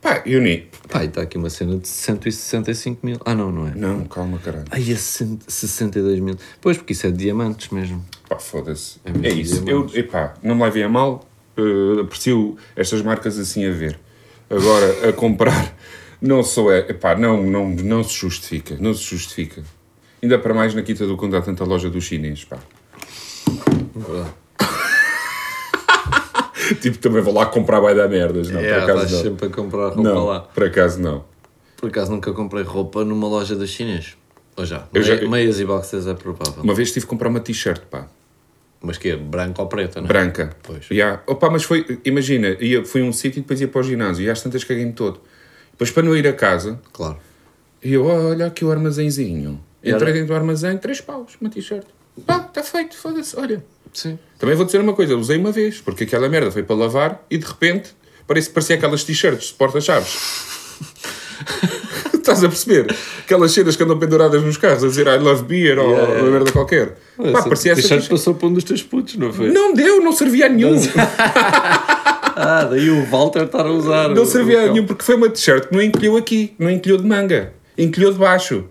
Speaker 3: Pá, eu nem.
Speaker 2: Pá, e está aqui uma cena de 165 mil. Ah, não, não é?
Speaker 3: Não, calma, caralho.
Speaker 2: Ai, é 62 mil. Pois, porque isso é de diamantes mesmo.
Speaker 3: Pá, foda-se.
Speaker 2: muito
Speaker 3: É, isso. Eu,
Speaker 2: diamante.
Speaker 3: epá, não me levem a mal. eh, aprecio estas marcas assim a ver. Agora, a comprar, não sou. É, epá, não, não, não se justifica. Não se justifica. Ainda para mais na Quinta do Conde há tanta loja dos chinês, pá.
Speaker 2: É
Speaker 3: tipo, também vou lá comprar vai dar merdas. Não,
Speaker 2: É,
Speaker 3: por
Speaker 2: estás
Speaker 3: acaso não.
Speaker 2: sempre a comprar roupa
Speaker 3: Não,
Speaker 2: lá.
Speaker 3: por acaso não.
Speaker 2: Por acaso nunca comprei roupa numa loja dos chinês. Ou já?
Speaker 3: Eu já-
Speaker 2: Meia- Meias e boxers é provável.
Speaker 3: Uma vez tive que comprar uma t-shirt, pá.
Speaker 2: Mas que é? Branca ou preta, não é?
Speaker 3: Branca.
Speaker 2: Pois.
Speaker 3: Ya. Opa, mas foi, imagina, ia, fui a um sítio e depois ia para o ginásio e às tantas caguei-me todo. Depois para não ir a casa,
Speaker 2: Claro.
Speaker 3: e eu, olha aqui o armazenzinho.
Speaker 2: E
Speaker 3: Entrei
Speaker 2: era-
Speaker 3: dentro do armazém, três paus, uma t-shirt. Pá, está feito, foda-se, olha.
Speaker 2: Sim.
Speaker 3: Também vou dizer uma coisa, usei uma vez, porque aquela merda foi para lavar e de repente parece, parecia aquelas t-shirts de porta-chaves. Estás a perceber? Aquelas cenas que andam penduradas nos carros a dizer I love beer ou
Speaker 2: Yeah, yeah.
Speaker 3: uma merda qualquer. Pá, parecia essa
Speaker 2: t-shirt
Speaker 3: t-shirt.
Speaker 2: passou para um dos teus putos, não foi?
Speaker 3: Não deu, não servia a nenhum.
Speaker 2: Ah, daí o Walter estar a usar.
Speaker 3: Não servia a
Speaker 2: Então.
Speaker 3: nenhum porque foi uma t-shirt que não encolheu aqui, não encolheu de manga, encolheu de baixo.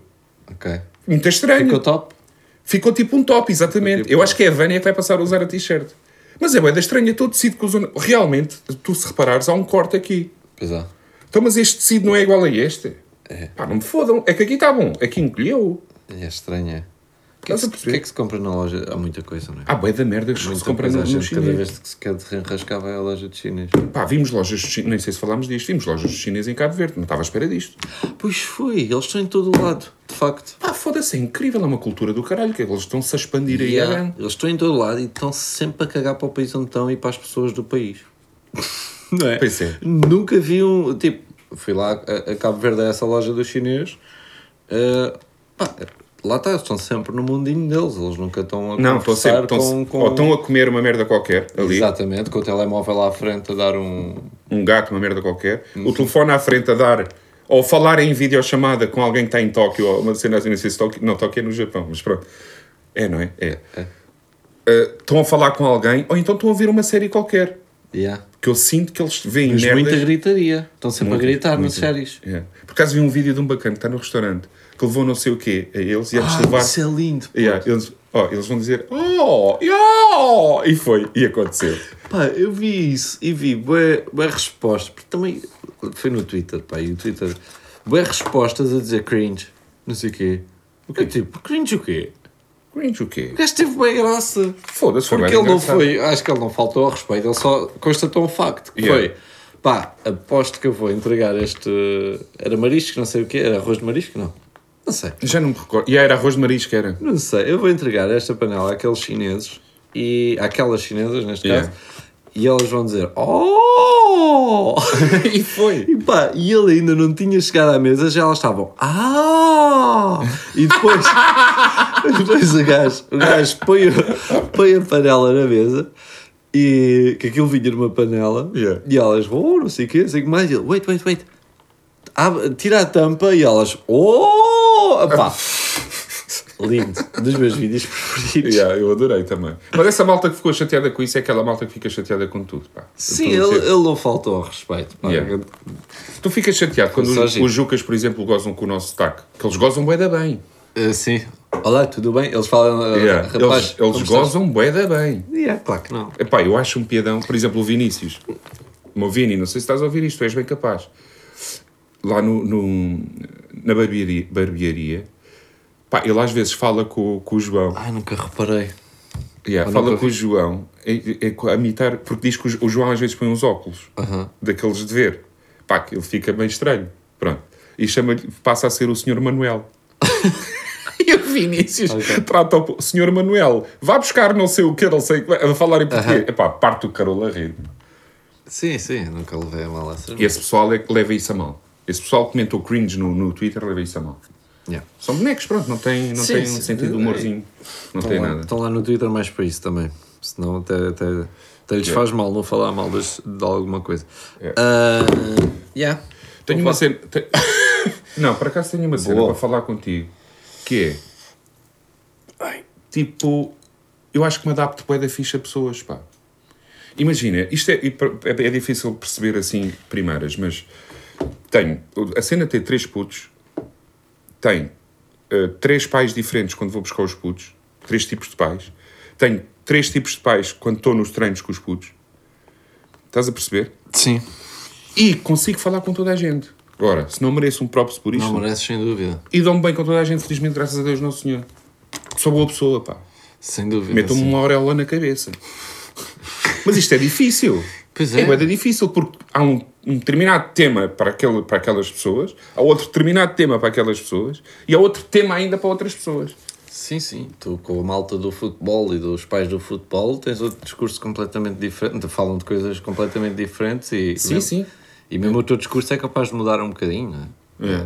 Speaker 2: Ok.
Speaker 3: Muito estranho.
Speaker 2: Ficou
Speaker 3: Ficou,
Speaker 2: top?
Speaker 3: tipo um top, exatamente.
Speaker 2: Tipo
Speaker 3: Eu acho que é a Vânia que vai passar a usar a t-shirt. Mas é bué da estranha, todo tecido que usou. Realmente, tu se reparares, há um corte aqui.
Speaker 2: Pois é.
Speaker 3: Então, mas este tecido não é igual a este? Pá, não me fodam. É que aqui está bom, aqui encolheu.
Speaker 2: É estranho, é. O que é, que,
Speaker 3: Estás a
Speaker 2: se- o
Speaker 3: perceber?
Speaker 2: que é que se compra na loja? Há muita coisa, não é?
Speaker 3: Há bué da merda que se
Speaker 2: Muita
Speaker 3: compra
Speaker 2: coisa,
Speaker 3: no,
Speaker 2: a
Speaker 3: no
Speaker 2: gente cada
Speaker 3: chinês.
Speaker 2: vez que se quer desenrascava é a loja de chinês.
Speaker 3: Pá, vimos lojas, de chi- nem sei se falámos disto, vimos lojas de chinês em Cabo Verde, não estava à espera disto.
Speaker 2: Pois foi, eles estão em todo o lado, de facto.
Speaker 3: Pá, foda-se, é incrível, é uma cultura do caralho, que eles estão-se a expandir aí. a
Speaker 2: Yeah,
Speaker 3: grande.
Speaker 2: Eles estão em todo lado e estão sempre a cagar para o país onde estão e para as pessoas do país. Não é?
Speaker 3: Pois é.
Speaker 2: Nunca vi um. Tipo, fui lá a, a Cabo Verde, a essa loja do chinês. eh, pá, lá está, eles estão sempre no mundinho deles. Eles nunca estão a
Speaker 3: Não, estão sempre.
Speaker 2: conversar
Speaker 3: Estão,
Speaker 2: com, com-
Speaker 3: Ou estão a comer uma merda qualquer ali.
Speaker 2: Exatamente, com o telemóvel lá à frente a dar um.
Speaker 3: Um gato, uma merda qualquer.
Speaker 2: Uhum.
Speaker 3: O telefone à frente a dar. Ou falar em videochamada com alguém que está em Tóquio. Ou uma cena assim, não sei se Tóquio. Não, Tóquio é no Japão, mas pronto. É, não é? É. Ah, estão a falar com alguém. Ou então estão a ver uma série qualquer.
Speaker 2: Yeah.
Speaker 3: Que eu sinto que eles veem
Speaker 2: Mas
Speaker 3: merdas.
Speaker 2: muita gritaria. Estão sempre a gritar nas séries.
Speaker 3: É. Por acaso vi um vídeo de um bacana que está no restaurante. Que levou não sei o quê a eles. E antes de
Speaker 2: Ah,
Speaker 3: levar.
Speaker 2: isso é lindo. pô.
Speaker 3: Yeah, eles, ó, eles vão dizer. Oh! Oh! E foi. E aconteceu.
Speaker 2: Pá, eu vi isso e vi boa, boa resposta, porque também foi no Twitter, pá, e o Twitter, boa respostas a dizer cringe, não sei o quê. O que tipo, cringe o quê?
Speaker 3: Cringe o quê?
Speaker 2: O gajo teve boa graça.
Speaker 3: Foda-se, foi
Speaker 2: Porque
Speaker 3: bem
Speaker 2: ele não
Speaker 3: engraçado.
Speaker 2: foi, acho que ele não faltou ao respeito, ele só constatou um facto, que
Speaker 3: Yeah.
Speaker 2: foi, pá, aposto que eu vou entregar este, era marisco, não sei o quê, era arroz de marisco, não, não sei.
Speaker 3: Já não me recordo. E era arroz de marisco, era.
Speaker 2: Não sei, eu vou entregar esta panela àqueles chineses e àquelas chinesas neste
Speaker 3: Yeah.
Speaker 2: caso e elas vão dizer Oh!
Speaker 3: e foi.
Speaker 2: e pá, e ele ainda não tinha chegado à mesa, já elas estavam Ah! E depois, depois o gajo, o gajo põe, o- põe a panela na mesa e que aquilo vinha numa panela
Speaker 3: Yeah.
Speaker 2: e elas, oh, não sei o quê, não sei o que mais, e ele, wait, wait, wait. Abre- tira a tampa e elas, oh! Epá, Lindo. Dos meus vídeos preferidos.
Speaker 3: Yeah, eu adorei também. Mas essa malta que ficou chateada com isso é aquela malta que fica chateada com tudo. Pá.
Speaker 2: Sim,
Speaker 3: Tudo.
Speaker 2: ele, ele não faltou ao respeito. pá.
Speaker 3: Yeah. Tu ficas chateado quando
Speaker 2: Só
Speaker 3: os,
Speaker 2: giro.
Speaker 3: os Jucas, por exemplo, gozam com o nosso sotaque. Que eles gozam bué da bem.
Speaker 2: Eh, sim. Olá, tudo bem? Eles falam. eh,
Speaker 3: Yeah.
Speaker 2: Rapaz,
Speaker 3: eles eles
Speaker 2: como estás?
Speaker 3: gozam bué da bem.
Speaker 2: Yeah, claro que não.
Speaker 3: Epá, eu acho um piadão, por exemplo, o Vinícius. Meu Vini, não sei se estás a ouvir isto, tu és bem capaz. Lá no, no- na barbearia, barbearia pá, ele às vezes fala com, com o João.
Speaker 2: Ai, nunca reparei.
Speaker 3: Yeah,
Speaker 2: Ou
Speaker 3: fala
Speaker 2: nunca
Speaker 3: com o João é, é co- a imitar, porque diz que o Jo- o João às vezes põe uns óculos
Speaker 2: Aham.
Speaker 3: daqueles de ver, pá, que ele fica meio estranho, pronto, e chama passa a ser o Senhor Manuel. e o Vinícius trata o Senhor Manuel, vá buscar não sei o que, não sei o que, a falar em português, epá, parte o Carol a rir.
Speaker 2: Sim, sim, nunca levei a mal essas
Speaker 3: E esse pessoal é que leva isso a mal. Esse pessoal que comentou cringe no, no Twitter leva isso a mal.
Speaker 2: Yeah.
Speaker 3: São bonecos, pronto, não tem, não
Speaker 2: Sim, sim.
Speaker 3: tem
Speaker 2: Eh, então,
Speaker 3: um sentido de humorzinho, não tem
Speaker 2: Estão lá,
Speaker 3: nada.
Speaker 2: estão lá no Twitter mais para isso também. Senão até, até, até lhes faz mal não falar mal das- de alguma coisa.
Speaker 3: É.
Speaker 2: Ah, yeah.
Speaker 3: Tenho uma cena. te- Não, por acaso tenho uma cena
Speaker 2: Boa.
Speaker 3: para falar contigo. Que é. tipo, eu acho que me adapto bué da ficha a pessoas, pá. Imagina, isto é, é, é difícil perceber assim, primeiras, mas tenho, a cena tem três putos, tem eh, três pais diferentes quando vou buscar os putos, três tipos de pais, tenho três tipos de pais quando estou nos treinos com os putos, estás a perceber?
Speaker 2: Sim.
Speaker 3: E consigo falar com toda a gente. Ora, se não mereço um props por isto,
Speaker 2: Não mereces, sem dúvida.
Speaker 3: e dou-me bem com toda a gente, felizmente, graças a Deus, não senhor. Sou boa pessoa, pá.
Speaker 2: Sem dúvida.
Speaker 3: Metam-me
Speaker 2: sim.
Speaker 3: uma auréola na cabeça. Mas isto é difícil.
Speaker 2: Pois
Speaker 3: É,
Speaker 2: é.
Speaker 3: bué da difícil, porque há um, um determinado tema para, aquele, para aquelas pessoas, há outro determinado tema para aquelas pessoas, e há outro tema ainda para outras pessoas.
Speaker 2: Sim, sim. Tu com a malta do futebol e dos pais do futebol tens outro discurso completamente diferente. Falam de coisas completamente diferentes e.
Speaker 3: Sim,
Speaker 2: mesmo-
Speaker 3: sim.
Speaker 2: E mesmo o teu discurso é capaz de mudar um bocadinho, não é?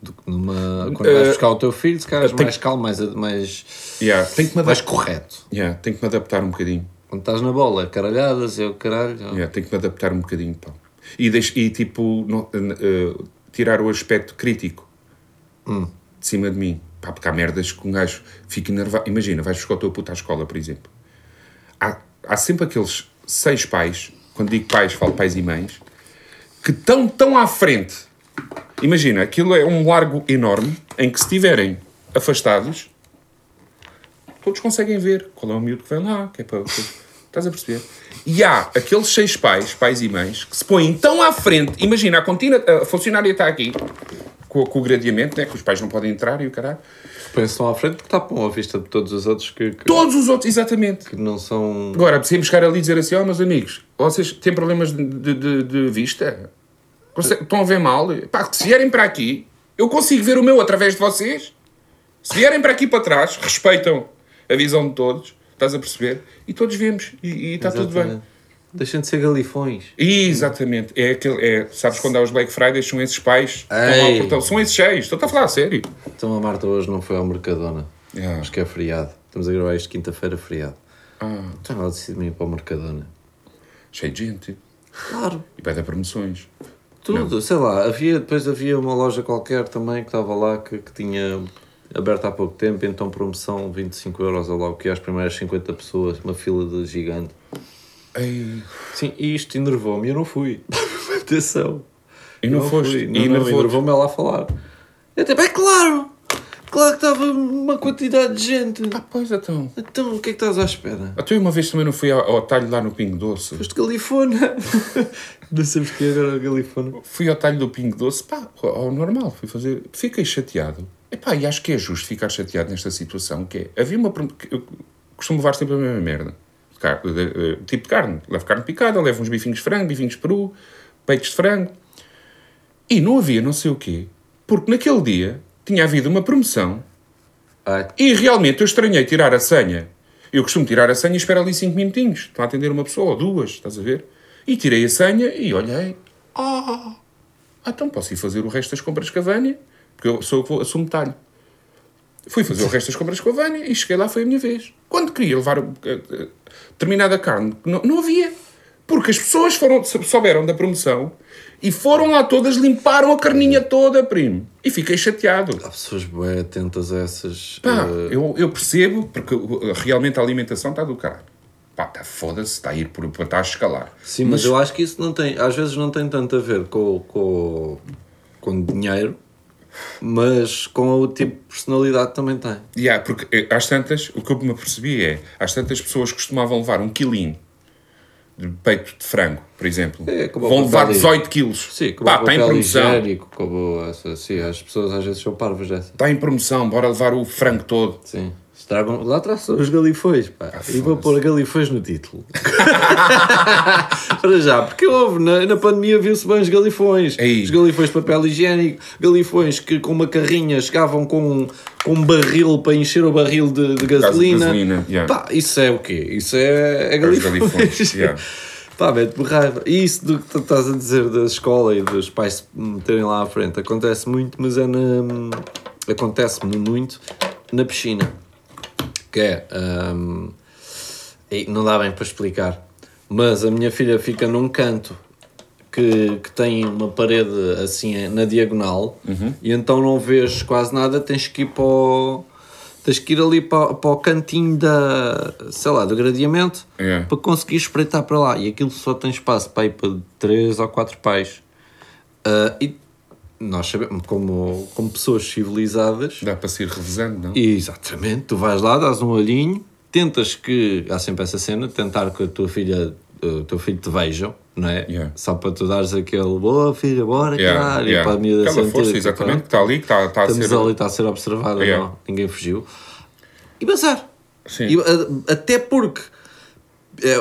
Speaker 2: Do que numa, quando
Speaker 3: Eh,
Speaker 2: vais buscar o teu filho, se calhar és
Speaker 3: tem-
Speaker 2: mais calmo, mais, mais,
Speaker 3: Yeah, tenho que me
Speaker 2: mais
Speaker 3: adaptar.
Speaker 2: correto.
Speaker 3: Yeah, tenho que me adaptar um bocadinho.
Speaker 2: Quando estás na bola, é caralhadas, eu caralho. é
Speaker 3: Yeah, tenho que me adaptar um bocadinho, pá. E, deix- e tipo, não- eh, eh, tirar o aspecto crítico de cima de mim. Pá, porque há merdas que um gajo fica enervado. Imagina, vais buscar o teu puto à escola, por exemplo. Há, há sempre aqueles seis pais, quando digo pais, falo pais e mães, que estão tão à frente. Imagina, aquilo é um largo enorme em que se estiverem afastados, todos conseguem ver qual é o miúdo que vem lá, que é para. Estás a perceber? E há aqueles seis pais, pais e mães, que se põem tão à frente. Imagina, a, contina, a funcionária está aqui, com, com o gradeamento, né, que os pais não podem entrar e o caralho.
Speaker 2: Pensam à frente porque tapam à vista de todos os outros que, que,
Speaker 3: Todos os outros, exatamente.
Speaker 2: que não são.
Speaker 3: Agora, precisamos chegar ali e dizer assim: ó, meus amigos, vocês têm problemas de, de- de- de vista? Conse- Estão a ver mal? Pá, se vierem para aqui, eu consigo ver o meu através de vocês. Se vierem para aqui para trás, respeitam a visão de todos, estás a perceber? E todos vemos, e, e está Tá tudo bem.
Speaker 2: Exatamente. Deixam de ser galifões.
Speaker 3: Exatamente. É aquele, é, sabes quando há os Black Fridays, são esses pais. que Estão
Speaker 2: Ei.
Speaker 3: lá ao portão. São esses seis. Estou a falar a sério.
Speaker 2: Então a Marta hoje não foi ao Mercadona.
Speaker 3: Yeah.
Speaker 2: Acho que é feriado. Estamos a gravar isto quinta-feira, feriado. Então ela decidiu ir para o Mercadona.
Speaker 3: Cheio de gente.
Speaker 2: Claro,
Speaker 3: E vai dar promoções.
Speaker 2: tudo. Sei lá, havia, depois havia uma loja qualquer também que estava lá que, que tinha aberto há pouco tempo, então promoção 25 euros ou lá o que é, as primeiras 50 pessoas, uma fila de gigante.
Speaker 3: Ei.
Speaker 2: Sim, e isto enervou-me, eu não fui. Atenção.
Speaker 3: E não
Speaker 2: Eu
Speaker 3: foste.
Speaker 2: fui.
Speaker 3: E
Speaker 2: Não, não,
Speaker 3: enervou-te.
Speaker 2: enervou-me ela a falar. Eu até, bem, claro! Claro que estava uma quantidade de gente.
Speaker 3: Ah, pois então.
Speaker 2: Então, o que é que estás à espera?
Speaker 3: Até uma vez também não fui ao, ao talho lá no Pingo Doce.
Speaker 2: Foste Galifona. não sabes que agora o Galifona.
Speaker 3: Fui ao talho do Pingo Doce, pá, ao normal. Fui fazer. Fiquei chateado. Epá, e acho que é justo ficar chateado nesta situação, que é. Havia uma. prom- que Eu costumo levar sempre a mesma merda. De car- de- de- tipo de carne. Levo carne picada, levo uns bifinhos de frango, bifinhos de peru, peitos de frango. E não havia não sei o quê, porque naquele dia tinha havido uma promoção
Speaker 2: Ai,
Speaker 3: e realmente eu estranhei tirar a senha. Eu costumo tirar a senha e espero ali 5 minutinhos. Estão a atender uma pessoa ou duas, estás a ver? E tirei a senha e olhei. Ah, então posso ir fazer o resto das compras com a Vânia, porque eu sou, vou- assumo talho. Fui fazer o resto das compras com a Vânia e cheguei lá, foi a minha vez. Quando queria levar eh, eh, determinada carne, não, não havia. Porque as pessoas foram, sou- souberam da promoção e foram lá todas, limparam a carninha toda, primo. E fiquei chateado.
Speaker 2: há pessoas bem atentas a essas.
Speaker 3: Pá,
Speaker 2: eh,
Speaker 3: eu, eu percebo, porque uh, realmente a alimentação está do caralho. Pá, tá foda-se, está a ir por. está a escalar.
Speaker 2: Sim, mas, eu acho que isso não tem. Às vezes não tem tanto a ver com, com, com dinheiro, mas com o tipo de personalidade também tem.
Speaker 3: Yeah, porque eh, às tantas, o que eu me apercebi é, às tantas pessoas costumavam levar um quilinho de peito de frango, por exemplo.
Speaker 2: É, como
Speaker 3: Vão
Speaker 2: o
Speaker 3: levar
Speaker 2: papel
Speaker 3: 18 quilos.
Speaker 2: Sim, como
Speaker 3: Pá,
Speaker 2: o
Speaker 3: está em
Speaker 2: papel
Speaker 3: promoção.
Speaker 2: higiênico, como essa, sim, as pessoas às vezes são parvas dessa.
Speaker 3: Está Tá em promoção, bora levar o frango todo.
Speaker 2: Sim. Estragam... Lá atrás são os galifões, pá.
Speaker 3: Ah,
Speaker 2: e vou pôr galifões no título. Para já, porque houve, na, na pandemia viu-se bem os galifões.
Speaker 3: Aí.
Speaker 2: Os galifões de papel higiênico, galifões que com uma carrinha chegavam com um, com um barril para encher o barril de, de gasolina.
Speaker 3: gasolina, yeah.
Speaker 2: Pá, isso é o quê? Isso é, é
Speaker 3: os
Speaker 2: galifões.
Speaker 3: galifões, yeah.
Speaker 2: Pá, mete-me raiva. E isso do que tu estás a dizer da escola e dos pais se meterem lá à frente acontece muito, mas é na. acontece-me muito na piscina. Que é. hum, e não dá bem para explicar. Mas a minha filha fica num canto que, que tem uma parede eh, assim na diagonal e então não vês quase nada, tens que ir para o. Tens que ir ali para, para o cantinho da, sei lá, do gradeamento
Speaker 3: É.
Speaker 2: para conseguir espreitar para lá. E aquilo só tem espaço para ir para 3 ou 4 pais. Ah, e nós sabemos, como, como pessoas civilizadas,
Speaker 3: Dá para se ir revisando, não?
Speaker 2: Exatamente, tu vais lá, dás um olhinho, tentas que. Há sempre essa cena, tentar que a tua filha, eh, o teu filho te vejam, não é?
Speaker 3: Yeah.
Speaker 2: Só para tu dares aquele boa filha, bora,
Speaker 3: Yeah,
Speaker 2: caralho,
Speaker 3: yeah.
Speaker 2: e para a miúda
Speaker 3: Aquela
Speaker 2: sentir
Speaker 3: força,
Speaker 2: que,
Speaker 3: exatamente,
Speaker 2: pronto,
Speaker 3: que está ali, que está, está a
Speaker 2: Estamos
Speaker 3: ser.
Speaker 2: ali, está a ser observada,
Speaker 3: Yeah.
Speaker 2: não, ninguém fugiu. E bazar.
Speaker 3: Sim.
Speaker 2: E, a- até porque é,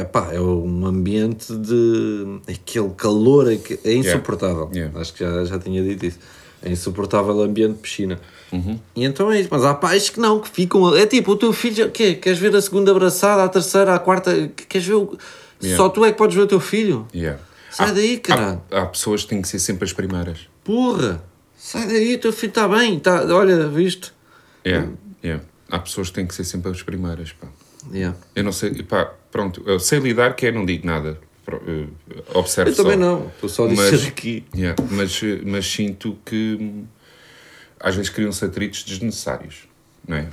Speaker 2: é, pá, é um ambiente de. aquele calor é que- é insuportável.
Speaker 3: Yeah.
Speaker 2: Acho que já, já tinha dito isso. É insuportável ambiente de piscina.
Speaker 3: Uhum.
Speaker 2: E então é isso. Mas há pais que não, que ficam. É tipo, o teu filho. já- Quê? Queres ver a segunda abraçada, a terceira, a quarta? que- Queres ver o.
Speaker 3: Yeah.
Speaker 2: Só tu é que podes ver o teu filho?
Speaker 3: Yeah. Ah,
Speaker 2: Sai daí, caralho.
Speaker 3: Há, há pessoas que têm que ser sempre as primeiras.
Speaker 2: Porra! Sai daí, o teu filho está bem. Tá, olha, viste?
Speaker 3: Yeah, yeah. É, Há pessoas que têm que ser sempre as primeiras, pá.
Speaker 2: Yeah.
Speaker 3: Eu não sei, pá, pronto, eu sei lidar que é, não digo nada. Pro- eh, Observo
Speaker 2: Eu também
Speaker 3: só.
Speaker 2: não. Estou só a dizer
Speaker 3: Mas,
Speaker 2: aqui.
Speaker 3: yeah, mas, eh, mas sinto que hum, às vezes criam-se atritos desnecessários, não é?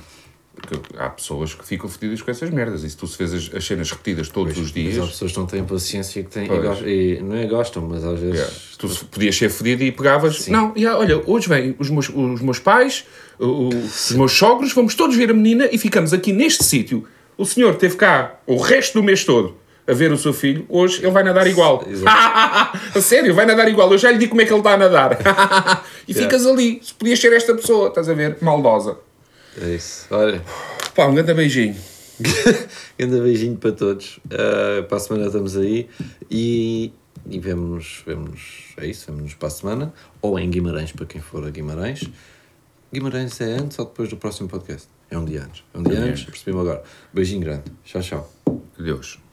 Speaker 3: Porque há pessoas que ficam fodidas com essas merdas. E se tu se fez as, as cenas repetidas todos os
Speaker 2: Mas as
Speaker 3: dias,
Speaker 2: pessoas que não têm paciência que têm, e
Speaker 3: Pois.
Speaker 2: gos- e não é gostam, mas às vezes.
Speaker 3: yeah, É. tu se- podias ser fodido e pegavas. Não, yeah, olha, hoje vem os meus, os meus pais, o- o- os meus sogros, vamos todos ver a menina e ficamos aqui neste sítio. O senhor teve cá o resto do mês todo a ver o seu filho, hoje ele vai nadar igual. a sério, vai nadar igual. Eu já lhe digo como é que ele está a nadar. e ficas ali. Se podias ser esta pessoa, estás a ver? Maldosa.
Speaker 2: É isso. Olha,
Speaker 3: Pá, um grande beijinho.
Speaker 2: grande beijinho para todos. Uh, para a semana estamos aí e, e vemos, vemos. É isso, vemos-nos para a semana. Ou em Guimarães, para quem for a Guimarães. Guimarães é antes ou depois do
Speaker 3: É um
Speaker 2: próximo podcast? É um dia antes. É um dia antes, percebi-me agora. Beijinho grande. Tchau, tchau.
Speaker 3: Adeus.